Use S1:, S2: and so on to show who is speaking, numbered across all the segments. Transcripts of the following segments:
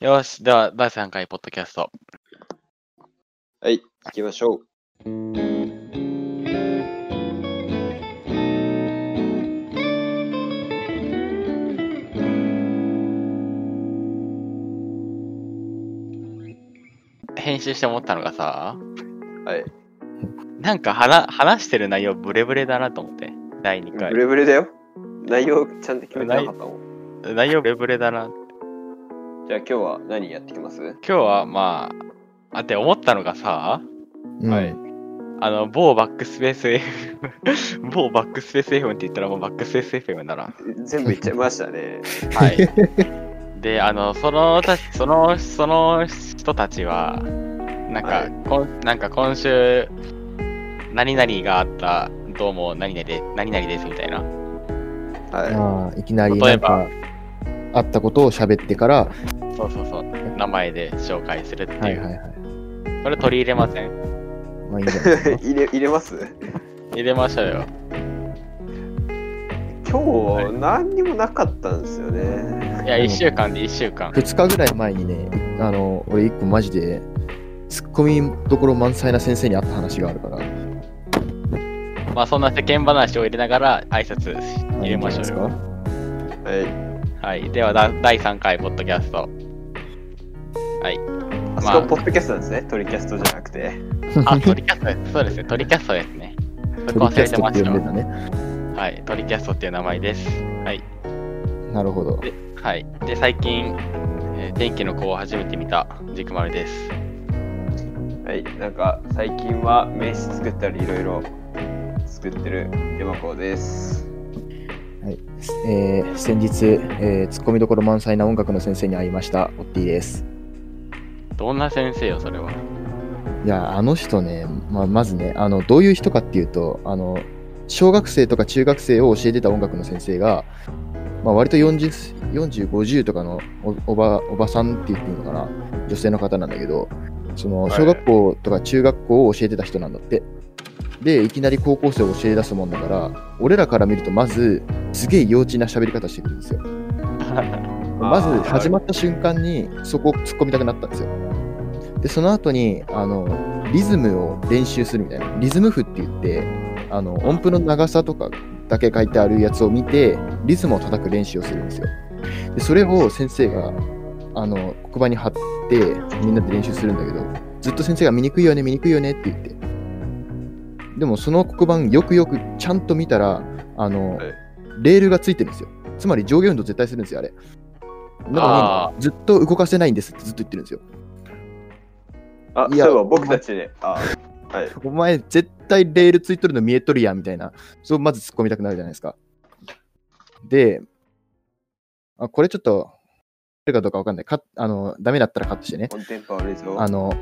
S1: よし、では、第3回ポッドキャスト。
S2: はい、行きましょう。
S1: 編集して思ったのがさ、
S2: はい。
S1: なんか話話してる内容ブレブレだなと思って、第2
S2: ブ
S1: 回。
S2: レブレだよ。内容ちゃんと決めてなかったもん。
S1: 内容ブレブレだな。今
S2: じゃあ今日は何やってきますは
S1: 日はまあ、あって思ったのがさ、
S2: い。
S1: あの、某バックスペース FM、某バックスペース FM って言ったらもうバックスペース FM だな。
S2: 全部言っちゃいました ね。
S1: はい。で、あの、そのた、その、その人たちは、なんか、
S2: はい
S1: こんなんか今週、何々があった、どうも何々で、何々ですみたいな。
S2: は
S3: ああ、いきなり
S1: 例
S3: な
S1: え
S3: ん
S1: ば
S3: か、あったことを喋ってから、は
S1: そうそうそう、名前で紹介するっていう。
S3: いはいはい。
S1: それ取り入れません
S3: まあいいんじゃないです
S2: い。入れ、入れます
S1: 入れましょうよ。
S2: 今日、何にもなかったんですよね。
S1: いや、1週間で1週間。
S3: か。2日ぐらい前にね、あの、俺一個マジで、ツッコミどころ満載な先生に会った話があるから。
S1: まあ、そんな世間話を入れながら挨拶入れましょうよ。
S3: よ。
S2: はい。
S1: はい。では、だ第3回、ポッドキャス ト。
S2: あそ
S1: まあ
S2: こ、ポッドキャストなんですね。トリキャストじゃなくて。
S1: あ、トリキャストです。そうですね、トリキャストですね。そ
S3: ト
S1: こ
S3: リ
S1: 忘
S3: キャ
S1: れ
S3: ス
S1: て
S3: ト
S1: ま
S3: っ
S1: してた
S3: 呼んで
S1: わ
S3: ん。だね。
S1: はい。トリキャストっていう名前です。はい。
S3: なるほど。
S1: はい。で、最近、えー天気の子を初めて見た、ジクマルです。
S2: はい。なんか、最近は名刺作ったり、いろいろ作ってる山子です。
S3: えー、先日、えー、ツッコミどころ満載な音楽の先生に会いました、オッティです。
S1: どんな先生よ、それは。
S3: いや、あの人ね、まあ、まずね、あの、どういう人かっていうと、あの、小学生とか中学生を教えてた音楽の先生が、まあ、割と40、40、50とかのおおば、おばさんって言っていいのかな、女性の方なんだけど、その、
S2: はい
S3: 小学校とか中学校を教えてた人なんだって。で、いきなり高校生を教え出すもんだから、俺らから見ると、まず、すげえ幼稚な喋り方してくるんですよ。まず始まった瞬間にそこを突っ込みたくなったんですよ。で、その後に、あの、リズムを練習するみたいな。リズム譜って言って、あの、音符の長さとかだけ書いてあるやつを見て、リズムを叩く練習をするんですよ。で、それを先生が、あの、黒板に貼って、みんなで練習するんだけど、ずっと先生が見にくいよね、見にくいよねって言って。でも、その黒板よくよくちゃんと見たら、あ
S2: は
S3: の
S2: い、
S3: レールがついてるんですよ。つまり上下運動絶対するんですよ、あれ。
S1: あ
S3: なのに、ずっと動かせないんですってずっと言ってるんですよ。
S2: あ、そうい
S3: い
S2: え
S3: や
S2: ば僕たちで、あ、はい。
S3: お前、絶対レールついとるの見えとるやんみたいな、そうまず突っ込みたくなるじゃないですか。で、あこれちょっと、出るかどうかわかんない。かあのダメだったらカットしてね。
S2: 電波悪いぞ。
S3: あの、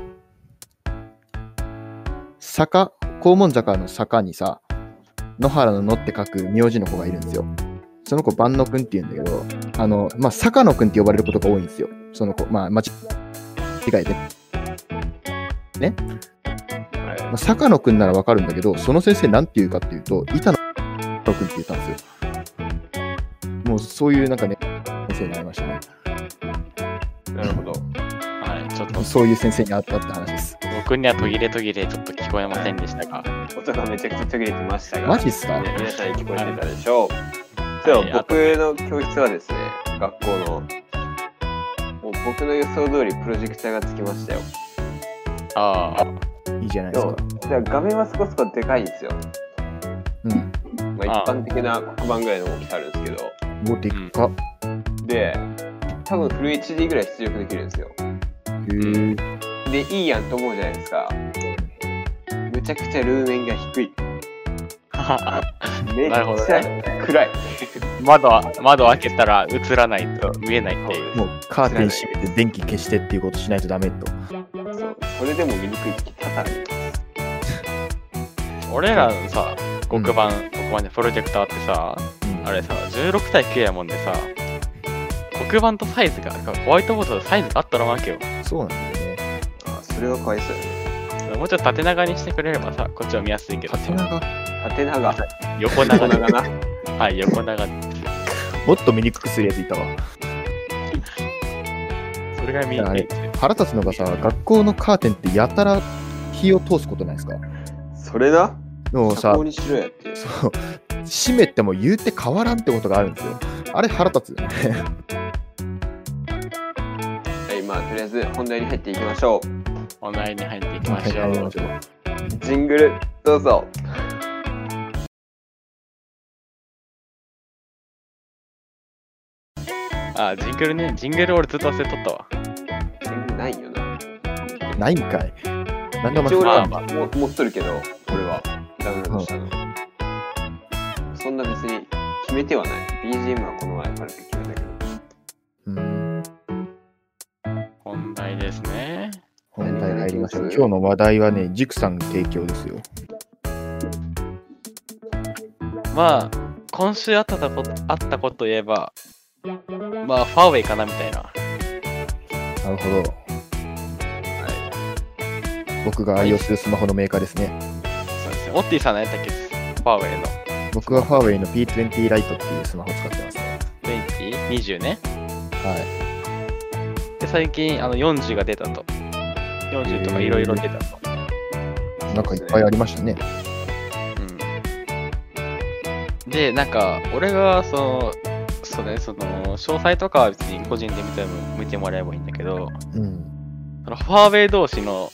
S3: 坂、黄門坂の坂にさ、野原の野って書く名字の子がいるんですよ。その子、万野くんって言うんだけど、あの、まあ、坂野くんって呼ばれることが多いんですよ。その子、まあ、間違えて。まあ、坂野くんならわかるんだけど、その先生なんて言うかっていうと、板野くんって言ったんですよ。もうそういうなんかね、先生になりましたね。
S2: なるほど。
S1: はい。ちょっと、
S3: そういう先生に会ったって話です。
S1: 僕には途切れ途切れ、ちょっと聞こえませんでしたが。
S2: 音がめちゃくちゃ途切れてましたが、
S3: マジっすか
S2: ね皆さん聞こえてたでしょう。では、僕の教室はですね、学校の、もう僕の予想通りプロジェクターがつきましたよ。
S1: ああ。
S3: いいじゃないです
S2: そ
S3: か
S2: う。だから画面はそこそこでかいんですよ。
S3: うん。
S2: ま
S1: あ
S2: あ、
S1: あ
S2: 一般的な黒板ぐらいの大きさあるんですけど、
S3: もうでっか。
S2: で、多分フル HD ぐらい出力できるんですよ。
S3: へー
S2: で、いいやんと思うじゃないですか。むちゃくちゃルーメンが低い。めっ
S1: なるほど
S2: ちゃ暗い。
S1: 窓は窓開けたら映らないと見えないっていう。
S3: もうカーテン閉めて電気消してっていうことしないとダメと。
S2: そうそれでも見にくいって多々ある。
S1: 俺らのさ、黒板、黒板でプロジェクターってさ、あれさ、16対9やもんでさ、黒板とサイズが、ホワイトボードのサイズがあったらわけよ。
S3: そうなんだよね。
S2: あそれはかわいそうよね。
S1: もうちょっと縦長にしてくれればさ、こっちは見やすいけどさ、
S3: 縦長
S2: 縦長。
S1: 横
S2: 縦
S1: 長で、
S2: 長な。
S1: はい、横長で。
S3: もっと見にくくするやついたわ。
S2: そ
S1: れが見に行いんですよ。
S3: 腹立つのがさ、学校のカーテンってやたら火を通すことないですか
S2: それな
S3: もう
S2: 参
S3: さ
S2: 考、にしろやって。
S3: そう、閉めても言うて変わらんってことがあるんですよ。あれ腹立つよね。
S2: はい、まあ、とりあえず本題に入っていきましょう。
S1: お題に入っていきましょ
S3: は
S1: う。
S3: い入りましょう
S2: ジングル、どうぞ。
S1: あ、ジングルね、ジングル俺ずっと忘れとったわ。
S2: ジングルないよな。
S3: ないんかい。なんでお
S2: 一
S3: 前
S2: 応俺
S1: まあ
S2: は
S1: まあ
S2: も持っとるけど、俺はダウンロードしたの。そんな別に決めてはない。BGM はこの前軽く決めたけど。
S3: うん
S1: 本題ですね。
S3: 本題入りましょう。今日の話題はね、ジクさん提供ですよ。
S1: まあ、今週あったこと、あったことといえば、まあ、ファーウェイかなみたいな。
S3: なるほど。僕が愛用するスマホのメーカーですね。
S1: そうですね。オッティさん何やったっけファーウェイの。
S3: 僕はファーウェイの P20 ライトっていうスマホ使ってますね。
S1: 20?20 ね。
S3: は
S1: で、最近、あの、40が出たと。40とかいろいろ出たと。
S3: い。なんかいっぱいありましたね。
S1: うん。で、なんか、俺が、その、そうね、その、詳細とかは別に個人で見ても見てもらえばいいんだけど、
S3: うん。
S1: そのファーウェイ同士の、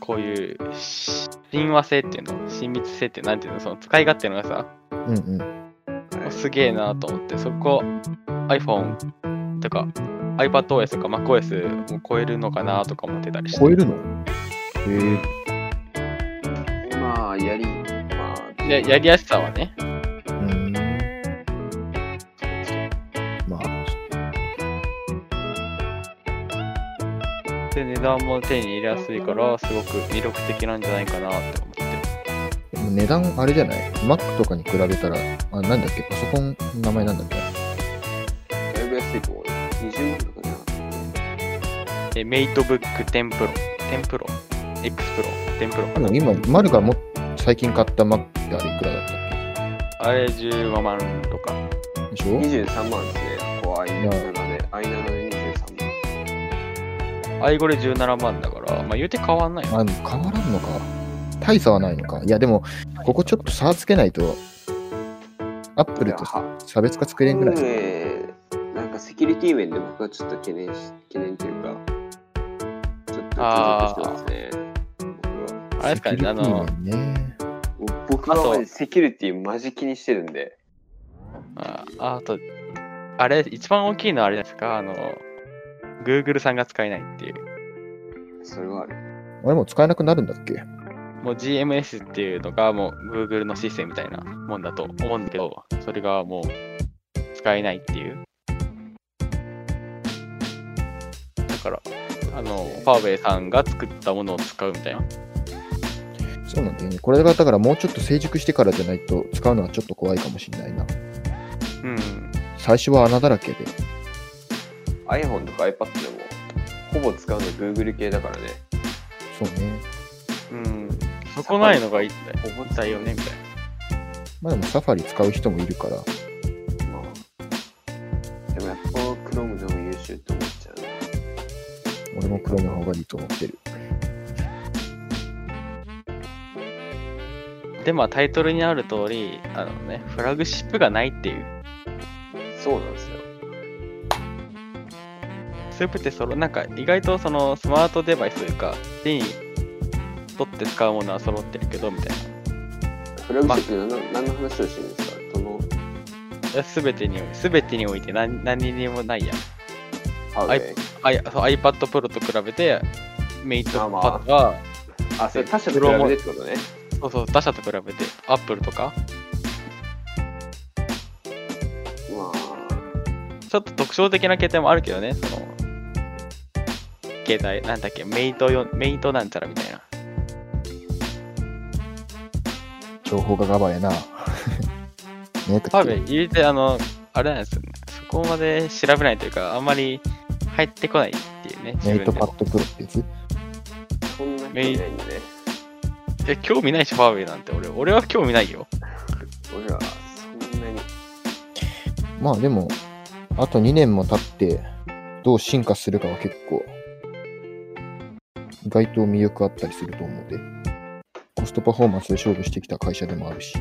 S1: こういう、し親和性っていうの、親密性っていうのなんていうの、その使い勝手のがさ、
S3: うんうん。
S1: すげえなと思って、そこ iPhone とか iPadOS とか MacOS を超えるのかなとか思ってたりして。
S3: 超えるのへえ。
S2: まあ、やり、まあ、
S1: ややりやすさはね。
S3: うん。まあ、
S1: で、値段も手に入れやすいから、すごく魅力的なんじゃないかなって思って。
S3: でも値段あれじゃない ?Mac とかに比べたら、あ、なんだっけパソコンの名前なんだっけ
S2: だいぶ安いと思う。20万とかじゃなかった
S1: え、Matebook 10 Pro、10 Pro、X Pro、10 Pro
S3: で
S1: かな
S3: も。今、マルがも最近買った Mac ってあれいくらだったっ
S1: あれ15万とか。
S3: けでしょ
S2: 23万ですね。ここ i7 で、i7 で23万。
S1: i5 で17万だから、まあ言うて変わんないよ。
S3: あ、変わらんのか。大差はないのか。いや、でも、ここちょっと差つけないと、アップルと差別化作れんぐらい。
S2: ねなんかセキュリティ面で僕はちょっと懸念し、懸念というか、ちょっと注目してますね。
S1: あれですかね、あの、
S3: ね。
S2: 僕は。僕
S1: あと
S2: はマジセキュリティマジ気にしてるんで。
S1: ああと、あれ、一番大きいのはあれですか、あの、Google さんが使えないっていう。
S2: それはある。
S3: あれもう使えなくなるんだっけ
S1: もう GMS っていうのがもう Google のシステムみたいなもんだと思うんだけど、それがもう使えないっていう。だから、あの、ファーウェイさんが作ったものを使うみたいな。
S3: そうなんだよね。これがだからもうちょっと成熟してからじゃないと使うのはちょっと怖いかもしれないな。
S1: うん。
S3: 最初は穴だらけで。
S2: iPhone とか iPad でも、ほぼ使うの Google 系だからね。
S3: そうね。
S1: うん。そこないのが一体、
S2: ほぼ
S1: 一体よね、みたい
S3: まあでもサファリ使う人もいるから。
S2: まあ、でもやっぱ Chrome の方が優秀って思っちゃうね。
S3: 俺も Chrome の方がいいと思ってる。
S1: な。で、まあタイトルにある通り、あのね、フラグシップがないっていう。
S2: そうなんですよ。
S1: そういうことってそのなんか意外とそのスマートデバイスというか手に取って使うものは揃ってるけどみたいな
S2: フラグシップって何何の話をしてるんですかその
S1: いや全てに全てにおいて何何にもないやん
S2: ハウェイ。
S1: あいそう iPad Pro と比べてメイトパ
S2: あま
S1: ッドは
S2: あ、それ他社と比べてってことね。
S1: そうそう他社と比べて Apple とか
S2: ま
S1: ちょっと特徴的な携帯もあるけどねその携帯なんだっけメイトよメイトなんちゃらみたいな
S3: 情報がガバやな。ね え、く
S1: 多分言うてあのあれなんですよねそこまで調べないというかあんまり入ってこないっていうね自
S3: メイ
S1: 分で
S3: ト
S1: も
S3: パッドプロってやつ
S2: あ、そんな人いないんでね。
S1: え、興味ないし、ファーウェイなんて俺、俺は興味ないよ。
S2: 俺ら、そんなに。
S3: まあでも、あと2年も経って、どう進化するかは結構、意外と魅力あったりすると思うで、コストパフォーマンスで勝負してきた会社でもあるし、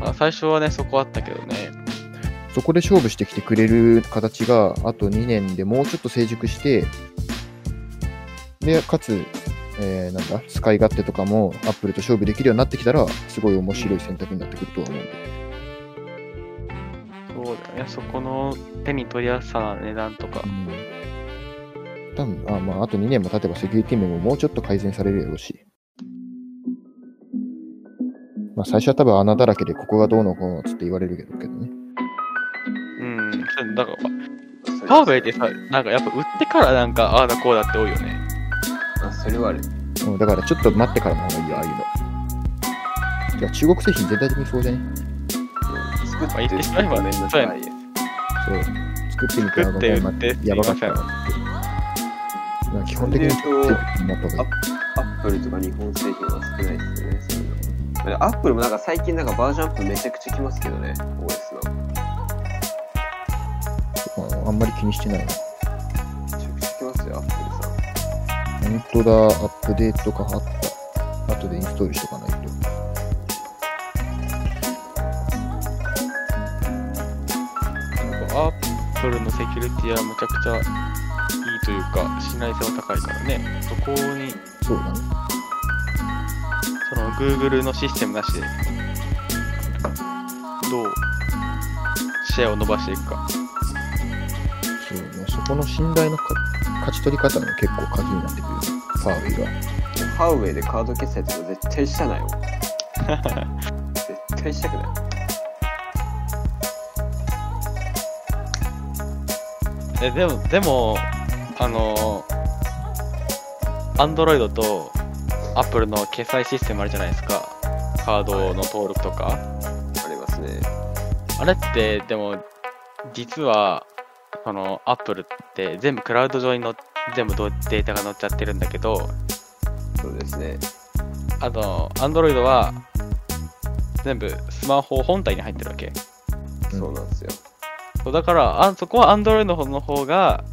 S1: まあ、最初はね、そこあったけどね。
S3: そこで勝負してきてくれる形が、あと2年でもうちょっと成熟して、で、かつ、えーなんだ、使い勝手とかもアップルと勝負できるようになってきたら、すごい面白い選択になってくるとは思うんで。
S1: そうだよね。そこの手に取りやすさな値段とか
S3: う。ん多分あまあ、あと2年も経てばセキュリティ面ももうちょっと改善されるやろうし、まあ、最初は多分穴だらけでここがどうのこうのつって言われるけどけどね。
S1: うん。そうだから、ファーウェイってさ、なんかやっぱ売ってからなんか、ああだこうだって多いよね。
S2: あ、それはある。
S3: うん、だからちょっと待ってからの方がいいよ、ああいうの。いや中国製品全体的にそうじゃね
S2: 作っ
S1: まあ言って
S2: て
S1: しまえばね
S2: ごめんなさい
S1: そう
S3: そう。作ってみたら
S1: 作って
S3: まあ
S1: 売って
S3: やばかった
S1: すい
S3: なって。まあ基本的に
S2: それで言うと
S3: 作ってみた方がいい
S2: アップルとか日本製品は少ないですよねそういうの。まあアップルもなんか最近なんかバージョンアップめちゃくちゃきますけどね、OS の。
S3: まああんまり気にしてないな。
S2: めちゃくちゃきますよ、アップルさん。
S3: 本当だ、アップデートがあった。後でインストールしとかないと。
S1: なんかアップルのセキュリティはむちゃくちゃいいというか、信頼性は高いからね。そこに、
S3: そうだね。
S1: その Google のシステムなしで、どうシェアを伸ばしていくか。
S3: そうね。そこの信頼のか勝ち取り方も結構鍵になってくるよね。ファーウェイが。
S2: ファーウェイでカード決済とか絶対したなよ。絶対したくない。
S1: え、でも、でも、あの、Android と Apple の決済システムあるじゃないですか。カードの登録とか。
S2: ありますね。
S1: あれって、でも、実は、その、アップルって全部クラウド上にの全部どデータが載っちゃってるんだけど、
S2: そうですね。
S1: あの、アンドロイドは、全部スマホ本体に入ってるわけ。
S3: うん
S2: そうなんですよ。
S1: そうだから、あそこはアンドロイドの方が、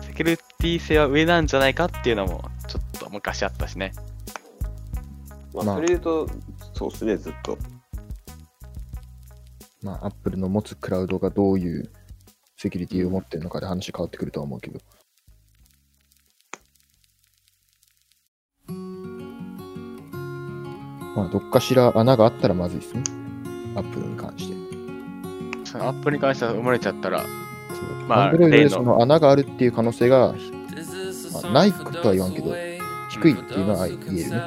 S1: セキュリティ性は上なんじゃないかっていうのも、ちょっと昔あったしね。
S2: まあ、
S3: まあ
S2: それで言うと、そうですね、ずっと。
S3: まあ、アップルの持つクラウドがどういうセキュリティを持ってるのかで話変わってくるとは思うけど。まあ、どっかしら穴があったらまずいですね。アップルに関して。
S1: そのアップルに関しては埋もれちゃったら、まあ
S3: アンドロイド
S1: 例の
S3: でその穴があるっていう可能性が
S4: まあ、ないことは言わんけど
S3: 低
S4: 低
S3: い
S4: い
S3: っ
S4: って
S3: い
S4: ていう
S3: の
S4: うの
S3: は
S4: は
S3: 言
S4: 言
S3: え
S4: え
S3: る
S4: る
S3: ね
S4: ね。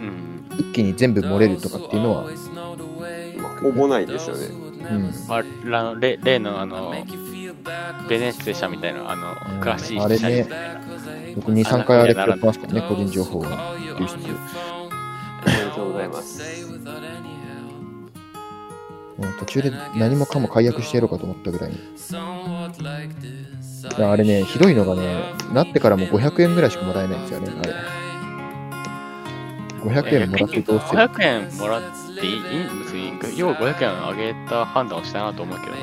S1: うん。
S3: 一気に全部漏
S4: 漏
S3: れ
S4: れ
S3: る
S4: る
S3: と
S4: と
S3: か
S4: か
S3: っ
S4: ってて
S3: い
S4: いうう
S3: の
S4: の
S3: は
S4: は、
S2: ほぼないですよね。
S4: うん
S1: まあ、らのレ例のあの、ベ
S4: ベ
S1: ネ
S4: ネ
S1: ッ
S4: ッ
S1: セ
S4: セ
S1: 社
S4: 社
S1: み
S4: み
S1: た
S4: た
S1: い
S4: い
S1: な、
S4: な
S1: あ
S4: あ
S1: の、
S3: うん
S1: クラシッ
S3: あ
S1: ク
S3: れ
S1: 社みたい
S3: ね
S1: な。
S3: 僕2、3回あれ食らってますからね、個人情報を流出。
S2: りがとうございます
S3: うん途中で何もかも解約してやろうかと思ったぐらいに。いやあれね、ひどいのがね、なってからもう500円ぐらいしかもらえないんですよね、あれ。500円もらってどうする
S1: 500円もらっていい別に、よう500円あげた判断をしたなと思うけどな。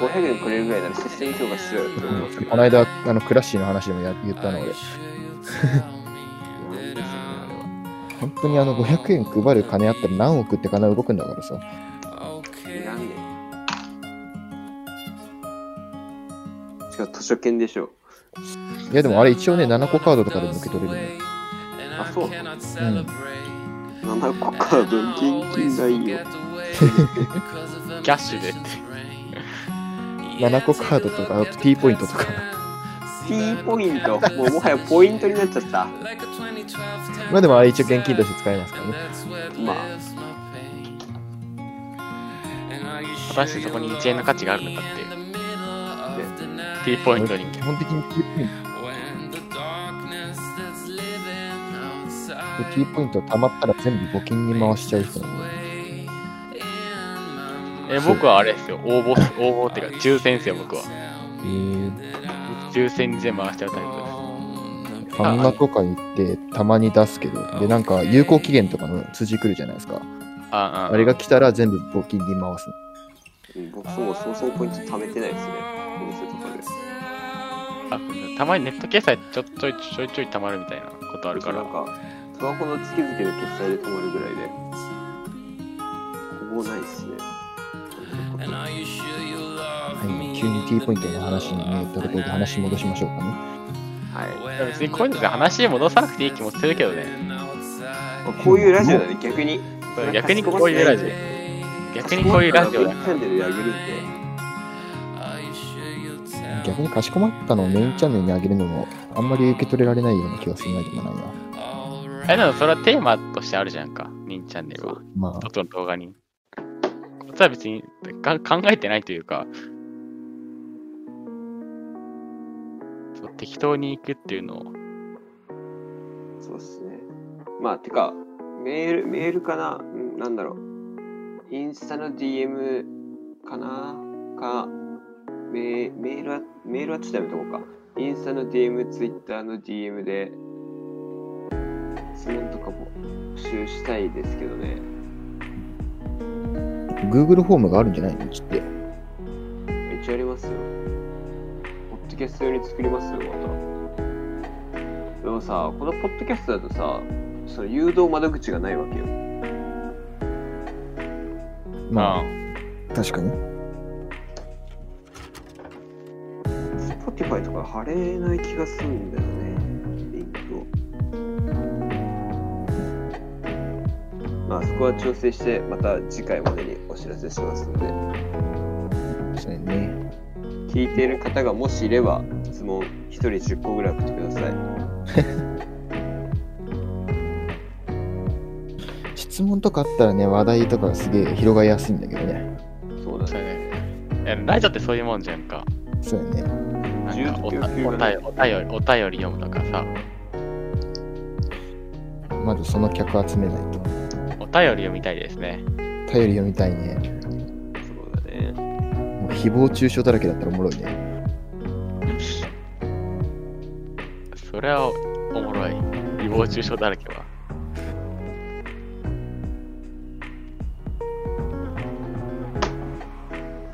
S2: 500円くれるぐらいならシステム強化必要だと思うんですよ。
S3: この間、あの、クラッシーの話でもや言ったの俺。 本当にあの、500円配る金あったら何億って金動くんだからさ。
S2: いらんねんしかも図書券でしょ。
S3: いや、でもあれ一応ね、7個カードとかでも受け取れるね。
S2: あ、そう。
S3: うん。
S2: 7個カード、現金ない よ。
S1: キャッシュでって。
S3: 7個カードとか、あと T ポイントとか。
S2: T ポイント、もうもはやポイントになっちゃった。
S3: まあでもあれ一応現金として使えますからね。
S2: ま
S1: 果たしてそこに1円の価値があるのかっていう。T ポイントに。
S3: 基本的に T ポイント。で T ポイント貯まったら全部募金に回しちゃう人なんで
S1: え、僕はあれですよ。応募、応募っていうか、抽選ですよ、僕は。
S3: えー、
S1: 抽選に全部回しちゃうタイプです。
S3: ファンマとかに行ってたまに出すけど、で、なんか有効期限とかの通知来るじゃないですか。
S1: あ
S3: あれが来たら全部募金に回す。
S2: うん僕もうそもそもポイント貯めてないですね。お店とかで。
S1: あたまにネット決済ちょちょいちょいちょいたまるみたいなことあるから
S2: なんか、スマホの月々の決済で止まるぐらいで。ほぼないっすね。
S3: はい、急に T ポイントの話に見えたところで話戻しましょうかね。
S2: はい
S1: や別にこういうので話戻さなくていい気もするけどね
S2: い。こういうラジオだね、逆に。
S1: そう逆にこういうラジオ逆にこういうラジオだ
S2: チャンネルであげるんで。
S3: 逆にかしこまったのをメインチャンネルに上げるのも、あんまり受け取れられないような気がするなでもないな。
S1: あれなのそれはテーマとしてあるじゃんかニンチャンネルは
S3: まあ、
S1: 一つの動画にこっちは別にか考えてないというかそう適当に行くっていうのを
S2: そうっすね。まあ、てか、メール、メールかなうんなんだろう。インスタの DM かなか、メメールは、メールはちょっとやめとこうか。インスタの DM、ツイッターの DM で、質問とかも募集したいですけどね。
S3: Google フォームがあるんじゃないのうちって。
S2: めっちゃありますよ。ポッドキャスト用に作りますよ、また。でもさ、このポッドキャストだとさ、その誘導窓口がないわけよ。
S3: ま
S1: うん
S3: あ、確かに。
S2: Spotify とか貼れない気がするんだよね、リンクを。まあ、そこは調整して、また次回までにお知らせしますので、
S3: そうやね。
S2: 聞いている方がもしいれば、質問1人10個ぐらい送ってください。
S3: 質問とかあったらね、話題とかすげえ広がりやすいんだけどね。
S2: そうだ
S1: そう
S2: ね。
S1: ねいやラジオってそういうもんじゃんか
S3: そうやね。
S1: なんかおたお
S2: 19
S1: 便りお便りお便り読むとかさ
S3: まずその客集めないと。
S1: お便り読みたいですね
S3: 頼り読みたいね。
S2: そうだね。
S3: もう誹謗中傷だらけだったらおもろいね。
S1: それはおもろい誹謗中傷だらけは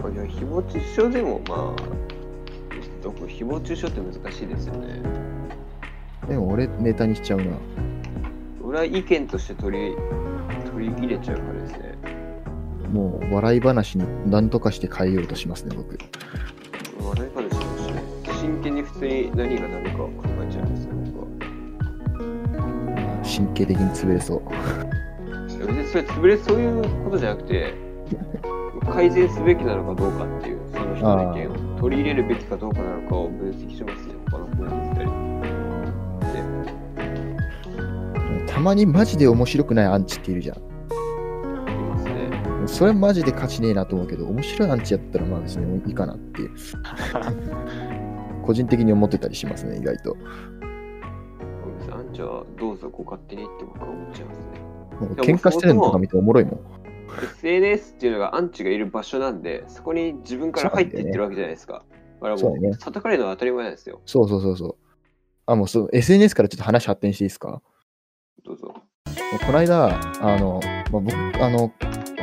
S2: これ誹謗中傷でもまあどこ誹謗中傷って難しいですよね
S3: でも俺ネタにしちゃうな。
S2: 俺は意見として取り取り入れちゃうからですね
S3: もう笑い話に何とかして変えようとしますね、僕。
S2: 笑い話もしない真剣に普通に何が何かを考えちゃいますね僕は
S3: 神経的に潰れそう。
S2: 別にそれ潰れそういうことじゃなくて改善すべきなのかどうかっていうその人の意見を取り入れるべきかどうかなのかを分析しますね他の声にしたり
S3: たまにマジで面白くないアンチっているじゃ
S2: でいますね
S3: ん。それマジで勝ちねえなと思うけど、面白いアンチやったらまあ別にいいかなって。個人的に思ってたりしますね、意外と。
S2: 小木さんじゃあどうぞご勝手にって僕は思っちゃいますね
S3: なんか喧嘩してるのとか見ておもろいもん。
S2: SNS っていうのがアンチがいる場所なんで、そこに自分から入っていってるわけじゃないですか。だから
S3: そう
S2: も
S3: だ
S2: う、
S3: ね
S2: 叩かれるのは当たり前なんですよ。
S3: そうそうそうそう。あ、もうそう、SNS からちょっと話発展していいですか
S2: どうぞ。
S3: この間、あの、まあ、僕、あの、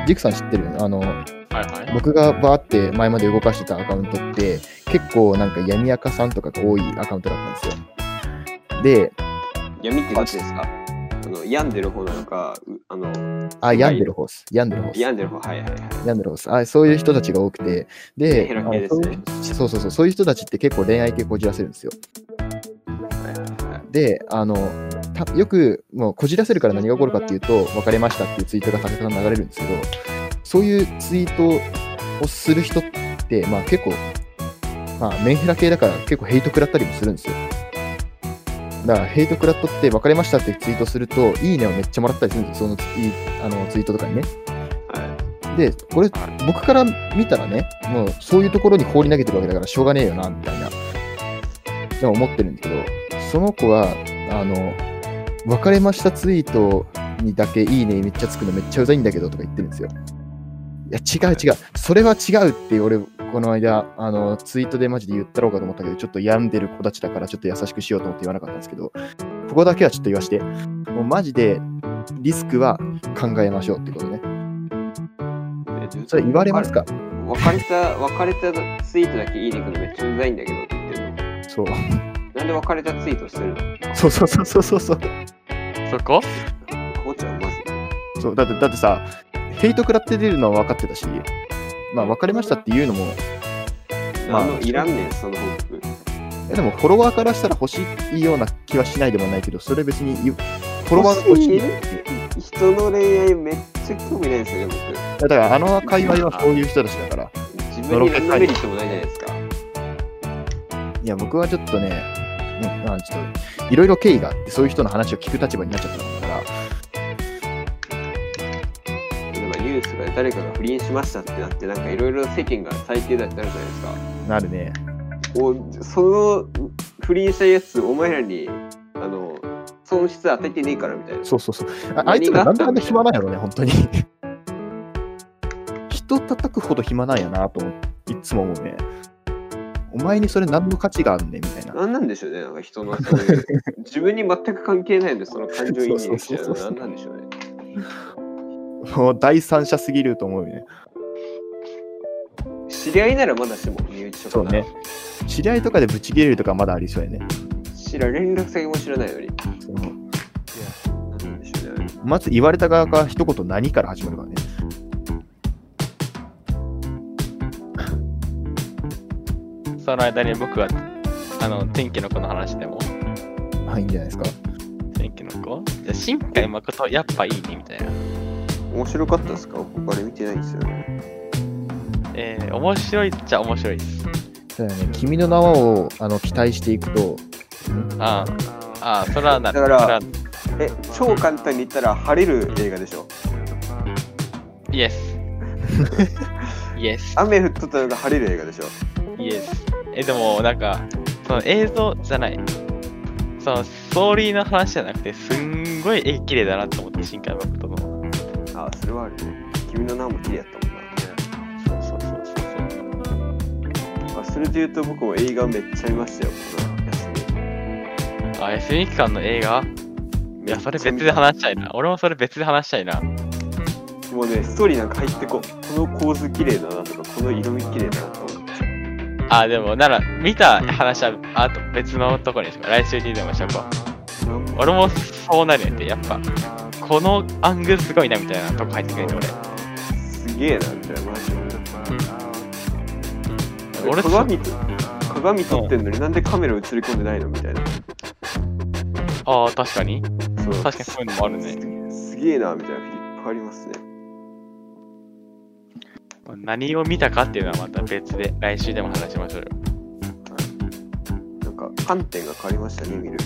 S3: ジクさん知ってるよねあの、
S1: はいはい
S3: 僕がバーって前まで動かしてたアカウントって結構なんか闇アカさんとかが多いアカウントだったんですよ。で、
S2: 闇ってどっちですかあの病んでる方なのか、うあの、
S3: あ、病んでるホース。病んでるホース。
S2: 病んでる方、はいはいはい。
S3: 病んでるホース。あ、そういう人たちが多くて。で、
S2: ヘ
S3: あ
S2: ロ
S3: の
S2: ヘロですね。
S3: そうそうそう、そういう人たちって結構恋愛系こじらせるんですよ。で、あの、たよくもうこじらせるから何が起こるかっていうと、別れましたっていうツイートがたくさん流れるんですけど、そういうツイートをする人って、まあ結構、まあメンヘラ系だから結構ヘイト食らったりもするんですよ。だからヘイト食らっとって別れましたってツイートすると、いいねをめっちゃもらったりするんですよ、そのツイあのツイートとかにね。で、これ、僕から見たらね、もうそういうところに放り投げてるわけだから、しょうがねえよな、みたいな、でも思ってるんだけど、その子は、あの、別れましたツイートにだけいいね、めっちゃつくのめっちゃうざいんだけどとか言ってるんですよ。いや、違う違う、それは違うって、俺、この間、あの、ツイートでマジで言ったろうかと思ったけど、ちょっと病んでる子たちだから、ちょっと優しくしようと思って言わなかったんですけど、ここだけはちょっと言わして、もうマジで、リスクは考えましょうってことね。
S2: で
S3: それ言われますか
S2: 別れ別れた、別れたツイートだけいいねくのめっちゃうざいんだけどって言ってるの。
S3: そう
S2: なんで別れたツイートしてるの
S3: そうそうそうそうそうそう
S1: そこ
S2: 紅茶うまず
S3: そうだってだってさヘイト食らって出るのは分かってたしまあ別れましたっていうのもまあ
S2: あの、いらんねん、その報告。
S3: えでもフォロワーからしたら欲しいような気はしないでもないけどそれ別に言うフォロワーが欲しい
S2: 欲人の恋愛めっちゃ興味ないですよね、
S3: だからあの界隈はそういう人たちだから
S2: 僕。自分に何のメリットもないじゃないですか。
S3: いや僕はちょっとねねまあちょっといろいろ経緯があってそういう人の話を聞く立場になっちゃったもんだから
S2: 例えばニュースが誰かが不倫しましたってなって、なんかいろいろ世間が最低だってなるじゃないですか。
S3: なるね
S2: おその不倫したやつお前らにあの損失与えてねえからみたいな
S3: そうそうそうああいつらなんであんな暇なんやろね本当に 人叩くほど暇なんやなと思っていつも思うねお前にそれ何の価値があんねんみたいな
S2: なんなんでしょうねなんか人のそういう自分に全く関係ないのでその感情移入しちゃう
S3: そうそ
S2: の
S3: うそうそ
S2: な
S3: う
S2: んなんでしょうね
S3: もう第三者すぎると思うよね
S2: 知り合いならまだしも身内とか
S3: そう
S2: な
S3: ね知り合いとかでブチ切れるとかまだありそうやね
S2: 知ら連絡先も知らないのに
S3: その
S2: なんなんでしょうね
S3: まず言われた側が一言何から始まるからね。
S1: その間に僕はあの天気の子の話でも
S3: はい、いいんじゃないですか。
S1: 天気の子じゃあ新海誠やっぱいいねみたいな
S2: 面白かったですか僕あれ見てないんですよね
S1: えー、面白いっちゃ面白いです
S3: そうだよね。君の名はをあの期待していくと、
S1: ああああそれはなる
S2: だから
S1: それは
S2: え超簡単に言ったら晴れる映画でしょ
S1: イ エスイエス
S2: 雨降っとったのが晴れる映画でしょ
S1: イエス。え、でも、なんか、その映像じゃない。その、ストーリーの話じゃなくて、すんごい絵綺麗だなと思って、新海誠の。そう
S2: あそれはあるね君の名も綺麗やったもんな
S1: そうそうそうそう。
S2: あそれで言うと僕も映画めっちゃ見ましたよ、この休み。
S1: あ、休み期間の映画いや、それ別で話したいな。俺もそれ別で話したいな。
S2: もうね、ストーリーなんか入ってこう、この構図綺麗だなとか、この色味綺麗だなと思って。
S1: あ、でも、なら、見た話は、あと別のとこにしよう来週にでもしとこう。俺もそうなるんやって、やっぱ、このアングルすごいな、みたいなとこ入ってくるんで、
S2: すげえな、みたいな、マジで。
S1: 俺。俺、そう
S2: 鏡と、鏡撮ってんのになんでカメラ映り込んでないのみたいな。
S1: ああ、確かに。
S2: そ
S1: 確
S2: う
S1: かにそういうのもあるね。
S2: すすげえな、みたいな、いっぱいありますね。
S1: 何を見たかっていうのはまた別で来週でも話しましょうよ
S2: なんか、観点が変わりましたね、見る。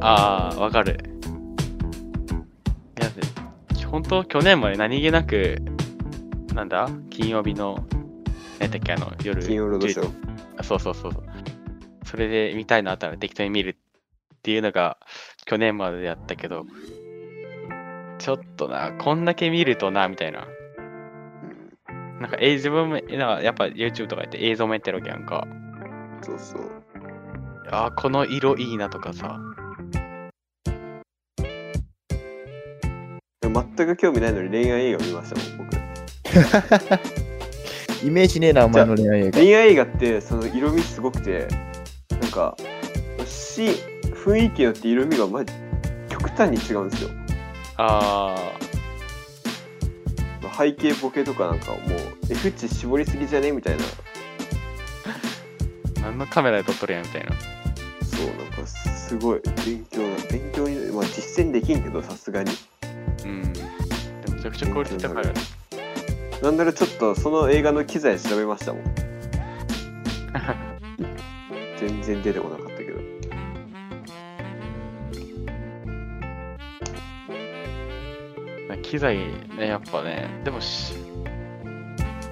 S1: ああわかるいやで本当去年まで何気なくなんだ金曜日の何だっけあの夜
S2: 金曜ロードショ
S1: 10
S2: ー。
S1: あそうそうそうそうそれで見たいなあったら適当に見るっていうのが去年までやったけどちょっとなこんだけ見るとなみたいな
S2: うん
S1: なんかえ自分もなんかやっぱ YouTube とかやって映像もやってるわけやんか
S2: そうそう。
S1: あーこの色いいなとかさ
S2: でも全く興味ないのに恋愛映画見ましたもん、僕。
S3: イメージねえな、お前の恋愛映画。
S2: 恋愛映画ってその色味すごくてなんかし雰囲気によって色味がまじ極端に違うんですよ
S1: ああ
S2: 背景ボケとかなんかもう F 値絞りすぎじゃねみたいな
S1: 何のカメラで撮っとるやんみたいな。
S2: そうなんかすごい勉強な勉強にまあ実践できんけどさすがに
S1: うん。でもめちゃくちゃクオリティ高いよね。
S2: なんならちょっとその映画の機材調べましたもん全然出てこなかったけど
S1: 機材ね、やっぱね。でもし、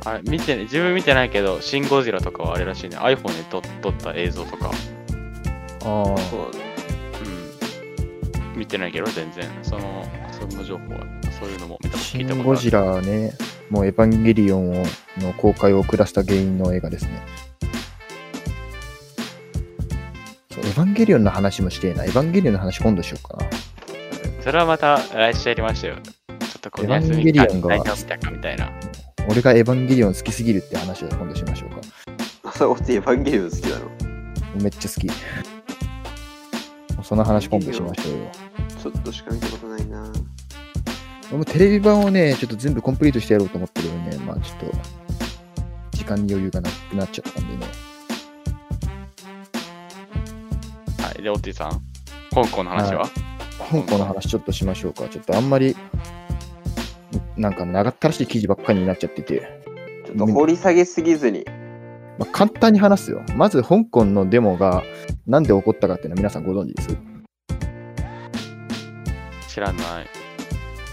S1: あれ、見てね、自分見てないけど、シン・ゴジラとかはあれらしいね。iPhone で撮撮った映像とか。
S3: あ
S2: そうなんだ
S1: うん。見てないけど、全然。その、その情報は、そういうのも見
S3: あ。
S1: たこと
S3: シ
S1: 聞いた
S3: ン・
S1: こと
S3: ゴ
S1: ある
S3: ジ。ラはね、もうエヴァンゲリオンをの公開を下した原因の映画ですね。そうエヴァンゲリオンの話もしてえな。エヴァンゲリオンの話今度しようかな。
S1: それはまた来週やりましたよ。ちょっとこ
S3: エ
S1: の
S3: ヴァ
S1: 休
S3: ンゲ
S1: み
S3: リオ
S1: 間
S3: ンが
S1: 何を見たかみたいな。
S3: 俺がエヴァンゲリオン好きすぎるって話を今度しましょうか。
S2: 朝起きてエヴァンゲリオン好きなの
S3: めっちゃ好き。もうその話今度しましょうよ。
S2: ちょっとしか見たことないな。
S3: 俺もテレビ版をね、ちょっと全部コンプリートしてやろうと思ってるのにね、まあちょっと、時間に余裕がなくなっちゃったんでね。
S1: はい、で、オッティさん、香港の話は、
S3: 香港の話ちょっとしましょうか。ちょっとあんまり、なんか長ったらしい記事ばっかりになっちゃってて。
S2: ちょっと掘り下げすぎずに。
S3: まあ、簡単に話すよ。まず香港のデモがなんで起こったかっていうのは皆さんご存知です。
S1: 知らない。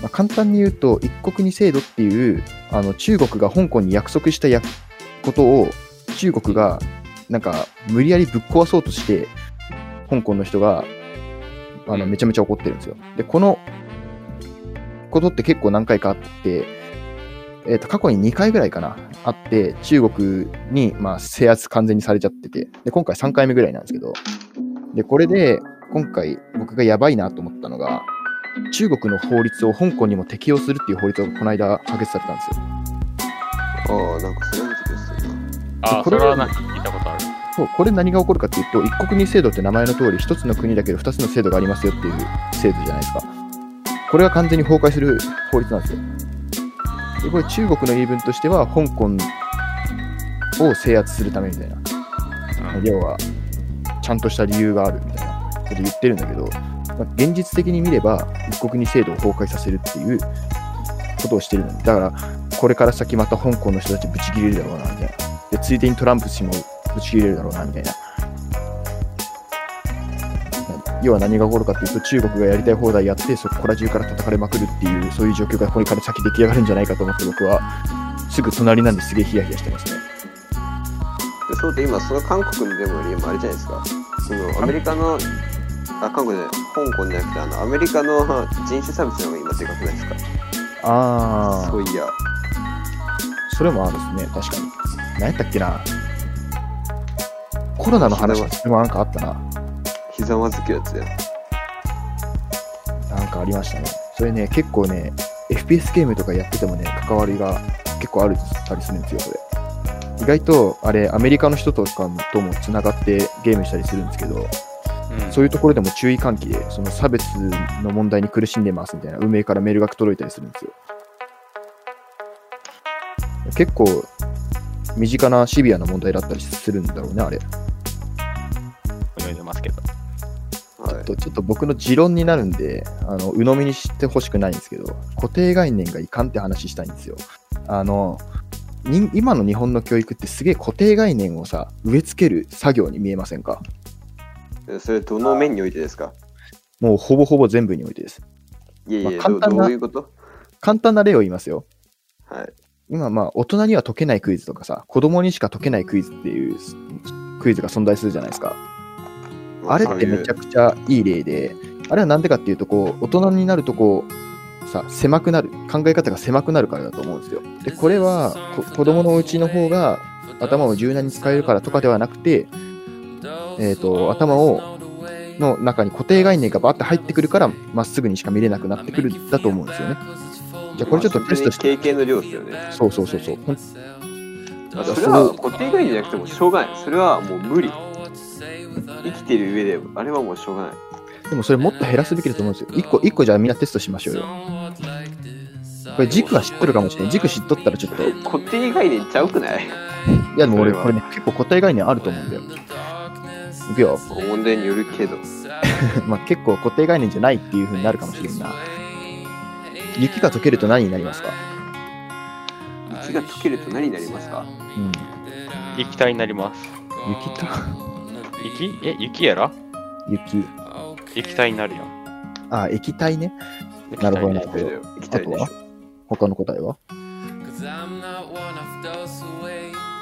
S3: まあ、簡単に言うと、一国二制度っていう、あの中国が香港に約束したやことを、中国がなんか無理やりぶっ壊そうとして、香港の人があの
S1: うん
S3: めちゃめちゃ怒ってるんですよ。で、このことって結構何回かあって、えー、と過去に2回ぐらいかな、あって、中国に、まあ、制圧完全にされちゃってて、で今回3回目ぐらいなんですけど、でこれで今回、僕がやばいなと思ったのが、中国の法律を香港にも適用するっていう法律がこの間可決されたんですよ。
S2: ああ、なんかそれ見てくださいな。
S1: あー、
S3: こ
S1: そ
S3: れ
S1: れ
S3: は
S1: はなんか聞いたことある。
S3: そうこれ何が起こるかっていうと一国二制度って名前の通り一つの国だけど二つの制度がありますよっていう制度じゃないですかこれが完全に崩壊する法律なんですよでこれ中国の言い分としては香港を制圧するためみたいな
S1: うん
S3: 要はちゃんとした理由があるみたいなこと言ってるんだけど、まあ現実的に見れば一国二制度を崩壊させるっていうことをしてるのにだからこれから先また香港の人たちぶち切れるだろうなみたいなでついでにトランプ氏もぶち切れるだろうなみたいなな要は何が起こるかっていうと中国がやりたい放題やってそこら中から叩かれまくるっていうそういう状況がこれから先出来上がるんじゃないかと思って僕はすぐ隣なんですげえヒヤヒヤしてますね
S2: でそうで今、その韓国のデモよりもあれじゃないですか。そのアメリカの、あ、韓国じゃない、香港じゃなくて、あの、アメリカの人種差別の方が今でかくないですか。
S3: ああ
S2: そういや、
S3: それもあるですね、確かに。何やったっけな。コロナの話でもなんかあったな。
S2: ひざまずくやつや。
S3: なんかありましたね。それね、結構ね、FPS ゲームとかやっててもね、関わりが結構あるたりするんですよ、これ。意外と、あれ、アメリカの人とかもともつながってゲームしたりするんですけど、
S1: うん
S3: そういうところでも注意喚起で、その差別の問題に苦しんでますみたいな、運命からメールが届いたりするんですよ。結構、身近なシビアな問題だったりするんだろうね、あれ。
S1: 泳いでますけど。
S2: はい。
S3: とちょっと僕の持論になるんで、あの鵜呑みにしてほしくないんですけど、固定概念がいかんって話したいんですよ。あのに今の日本の教育ってすげえ固定概念をさ、植え付ける作業に見えませんか
S2: えそれどの面においてですか
S3: もうほぼほぼ全部においてです。
S2: いえいえ、
S3: まあ簡単
S2: ど
S3: な
S2: どういうこと
S3: 簡単な例を言いますよ。
S2: はい。
S3: 今まあ大人には解けないクイズとかさ、子供にしか解けないクイズっていうクイズが存在するじゃないですか。あれってめちゃ
S2: く
S3: くちゃいい例で、あれはなんでかっていうと、こう、大人になるとこう、さ、狭くなる、考え方が狭くなるからだと思うんですよ。で、これは、こ子供のうちの方が頭を柔軟に使えるからとかではなくて、えっ、と、頭を、の中に固定概念がバーって入ってくるから、まっすぐにしか見れなくなってくるんだと思うんですよね。じゃあこれちょっとテストして、
S2: 経験の量ですよね。
S3: そうそうそうそう。ほん
S2: あそれは固定概念じゃなくてもしょうがない。それはもう無理。生きてる上で、あれはもうしょうがない。
S3: でもそれもっと減らすべきだと思うんですよ。一個、一個じゃあみんなテストしましょうよ。これ軸は知っとるかもしれない。軸知っとったらちょっと、い
S2: 固定概念ちゃうくない
S3: やでも俺これね、結構固定概念あると思うんだよ。いくよ。
S2: 問題によるけど。
S3: まあ、結構固定概念じゃないっていう風になるかもしれんな雪が溶けると何になりますか、
S2: 雪が溶けると何になりますか
S3: うん、
S1: 液体になります。
S3: 雪と
S1: 雪え、雪やら
S3: 雪
S1: 液体になるやん。
S3: あ液体ねなるほどなるほ
S2: だ
S3: ど
S2: よ。行きたいでしょ
S3: あ。他の答えは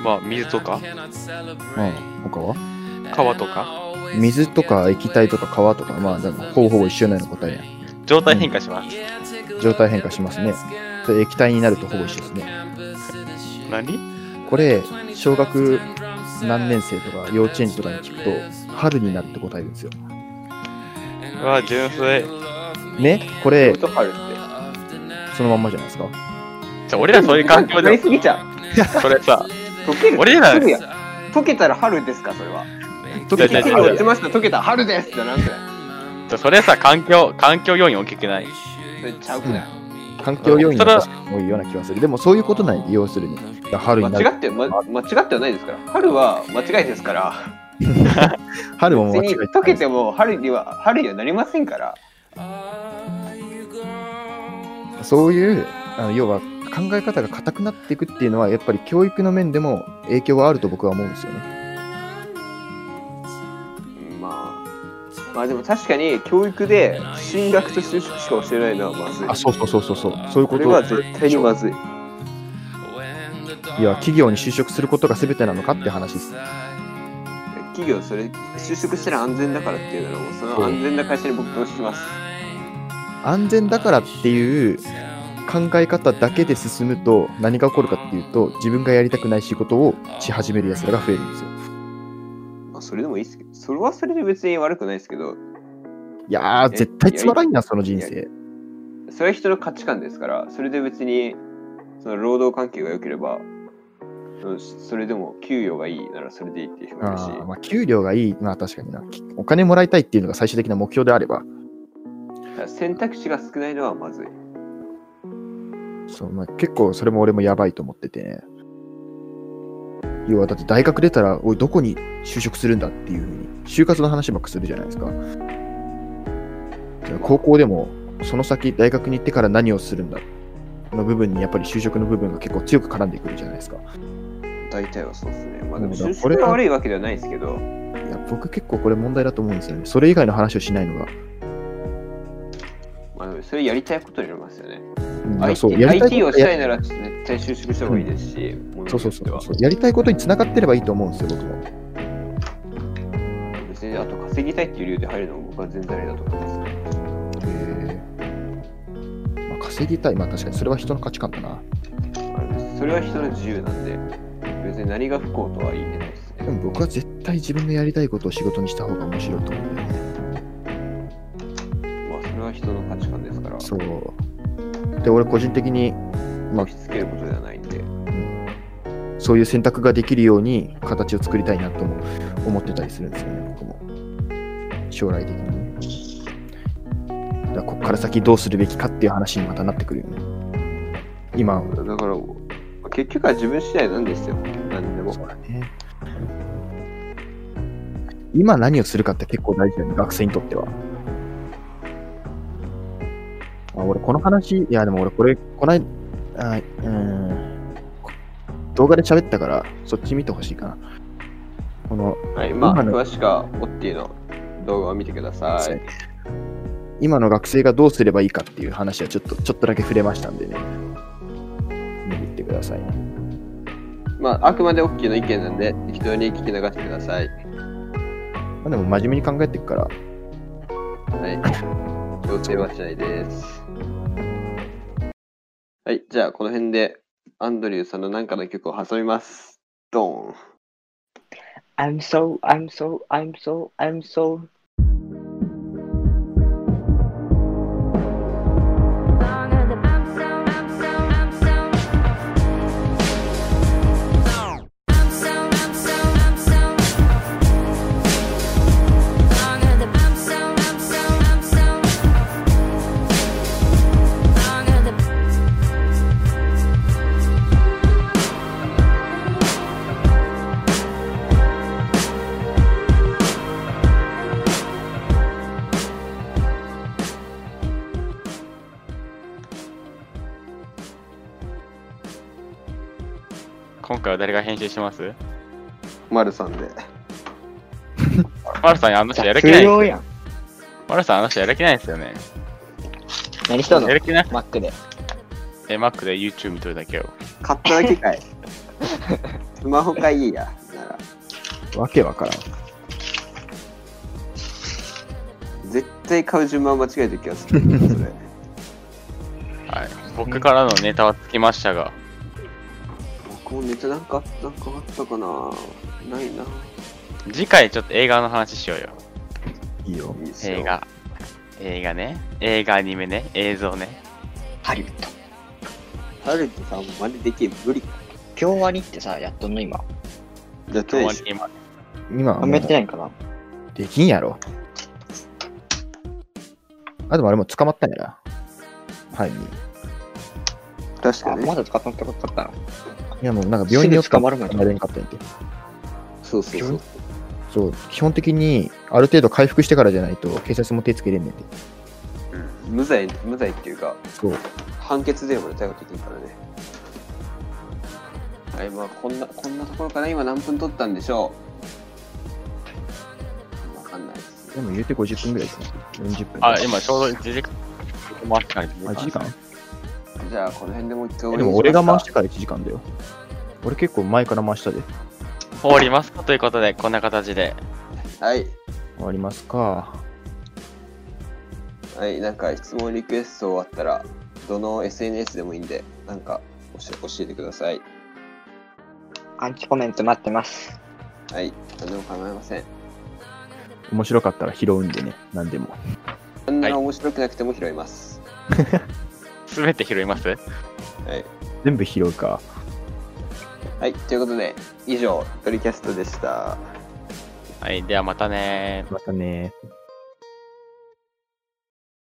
S1: まあ、水とか
S3: うん他は
S1: 川とか
S3: 水とか液体とか川とかまあでもほぼほぼ一緒なの答えや
S1: 状態変化します。
S3: 状態変化しますねそれ液体になるとほぼ一緒ですね
S1: 何
S3: これ小学何年生とか幼稚園児とかに聞くと春になるって答えるんですよ
S1: うわ、純粋。
S3: ねこれ
S2: と春って。
S3: そのまんまじゃないですか
S1: じゃ俺らそういう環境
S2: な
S1: で
S2: り
S1: す
S2: ぎちゃう。
S1: それさ、
S2: 溶ける
S1: 俺ら
S2: すぐや溶けたら春ですか、それは。
S3: 溶け
S1: じゃ
S3: た
S1: あじ
S2: 手
S1: ゃ
S2: に
S1: あ
S2: 落ちました、溶けた、春ですってなんだよ。
S1: それさ、環境、環境要因大きくない。
S2: それちゃうくない。
S3: 環境要因が確かに多いような気がする。でもそういうことない、要するに。春にな
S2: 間
S3: る
S2: 違って、ま、間違ってはないですから。春は間違いですから。
S3: 春も
S2: 別
S3: 間違
S2: に
S3: え
S2: 溶けても春には、春にはなりませんから。
S3: そういうあの要は考え方が硬くなっていくっていうのはやっぱり教育の面でも影響はあると僕は思うんですよね。
S2: まあ、まあでも確かに教育で進学と就職しか教えないのはまずい。
S3: そうそうそうそうそうそういう
S2: これは絶対にまずい。
S3: いや企業に就職することが全てなのかって話です。
S2: 企業それ就職したら安全だからっていうならもうそ
S3: そう
S2: の安全な会社に僕投資します。
S3: 安全だからっていう考え方だけで進むと何が起こるかっていうと自分がやりたくない仕事をし始める奴らが増えるんですよ。
S2: まあそれでもいいですけど、それはそれで別に悪くないですけど、
S3: いやー
S2: え
S3: 絶対つまらんなその人生。
S2: それは人の価値観ですから、それで別にその労働環境が良ければ、うんそれでも給与がいいならそれでいいっていう人もい
S3: あ
S2: るし、
S3: ーまあ、給料がいい、まあ確かにな。きお金もらいたいっていうのが最終的な目標であれば、
S2: だから選択肢が少ないのはまずい。
S3: そうまあ、結構それも俺もやばいと思ってて、ね、要はだって大学出たら、おい、どこに就職するんだっていうふうに、就活の話ばっかするじゃないですか。高校でも、その先、大学に行ってから何をするんだの部分に、やっぱり就職の部分が結構強く絡んでくるじゃないですか。
S2: 大体はそうですね。まあでも
S3: そうだ
S2: 就
S3: こ
S2: 職
S3: れ
S2: が
S3: は
S2: 悪いわけではないですけど、
S3: いや、僕結構これ問題だと思うんですよね。それ以外の話をしないのが。
S2: まあでもそれやりたいことになりますよね。
S3: うんいや
S2: IT,
S3: そうやりたい
S2: IT を
S3: こと
S2: した
S3: や
S2: いなら絶対就職した方がいいですし、ものによ
S3: そう
S2: っ
S3: そ
S2: て
S3: うそ
S2: は
S3: うそう。やりたいことにつながってればいいと思うんですよ、僕も。
S2: 別にあと稼ぎたいっていう理由で入るのも僕は全然あれだと思いますね。
S3: へえまあ、稼ぎたい、まあ確かにそれは人の価値観だな。
S2: あのそれは人の自由なんで、別に何が不幸とは言えないです
S3: で
S2: ね。
S3: も僕は絶対自分のやりたいことを仕事にした方が面白いと思うんだよね。
S2: まあそれは人の価値観ですから、
S3: そう。で、俺個人的にまあ
S2: 押し付けることではないんで、
S3: そういう選択ができるように形を作りたいなとも思ってたりするんですよね、僕も。将来的にね。だからここから先どうするべきかっていう話にまたなってくるよね。今、
S2: だから結局は自分次第なんですよ、何でも。
S3: そうだね。今何をするかって結構大事だよね、学生にとっては。あ俺、この話、いや、でも俺、これ、こない、あうん、こ動画で喋ったから、そっち見てほしいかな。この、
S2: はい、まあ
S3: 今の
S2: 詳しくはオッティの動画を見てください。
S3: 今の学生がどうすればいいかっていう話はちょっと、ちょっとだけ触れましたんでね。見に行ってくださいね。
S2: まああくまでオッティの意見なんで、適当に聞き流してください。
S3: まあ、でも、真面目に考えていくから、
S2: はい。強制はしないです。はい、じゃあこの辺でアンドリューさんの何かの曲を挟みます。ドーン。
S5: I'm so, I'm so, I'm so, I'm so.
S1: 今回は誰が編集します
S2: マルさんで。
S1: マルさん、あの人やる気な
S5: 終
S1: い。
S5: 了やん。
S1: マルさん、あの人やる気ないですよね。
S5: 何したの
S1: やる気ない。
S5: マックで。
S1: え、Mac で YouTube 見とるだけよ。
S2: 買っただけかい。スマホかいいや。なら、
S3: わけわからん。
S2: 絶対買う順番間違えてる気がする。それ。
S1: はい。僕からのネタはつきましたが、
S2: 僕もネタなんかあったなんかあったかなないな。
S1: 次回ちょっと映画の話しようよ。
S3: いいよ。
S2: いいっすよ
S1: 映。画。映画ね。映画、アニメね。映像ね。
S5: ハリウッド。
S2: ハルトさんまでできる無理か。
S5: 今日割ってさ、やっとんの今。
S2: じゃあ、
S1: 今
S2: 今
S1: 日
S2: 日
S1: に今、
S3: 今は
S5: あん
S3: も
S5: まやって
S3: う
S5: ないんかな
S3: できんやろ。あ、でもあれもう捕まったんやな。犯人。い
S2: 確
S5: あ
S2: かに、
S5: ま
S2: ね。
S5: だ使ったこと使ったの
S3: やもうなんか病院によって
S5: すぐ捕まるんや
S3: れんかったんやて。
S2: そうそうそう。
S3: そう、基本的にある程度回復してからじゃないと警察も手つけれんねんて。
S2: 無罪、無罪っていうか、
S3: そう。
S2: 判決出るまで逮捕できるからね。はい、まあ、こんな、こんなところから今何分取ったんでしょうわかんないです
S3: でも言うて50分ぐらいですね。40分。
S1: あ、今ちょうど1時間回ってから
S3: あ1時間
S2: じゃあ、この辺でもう一回終わ
S3: え
S2: り
S3: で
S2: にし
S3: も
S2: ますか
S3: 俺が回してから1時間だよ。俺結構前から回したで。
S1: 終わりますかということで、こんな形で。
S2: はい。
S3: 終わりますか。
S2: はい、なんか質問リクエスト終わったら、どの SNS でもいいんで、なんか教え教えてください。
S5: アンチコメント待ってます
S2: はい、何でも構いません。
S3: 面白かったら拾うんでね、何でも。
S2: あんな面白くなくても拾います。
S1: すべて拾います
S2: はい。
S3: 全部拾うか。
S2: はい、ということで、以上、ドリキャストでした。
S1: はい、ではまたねー。
S3: またね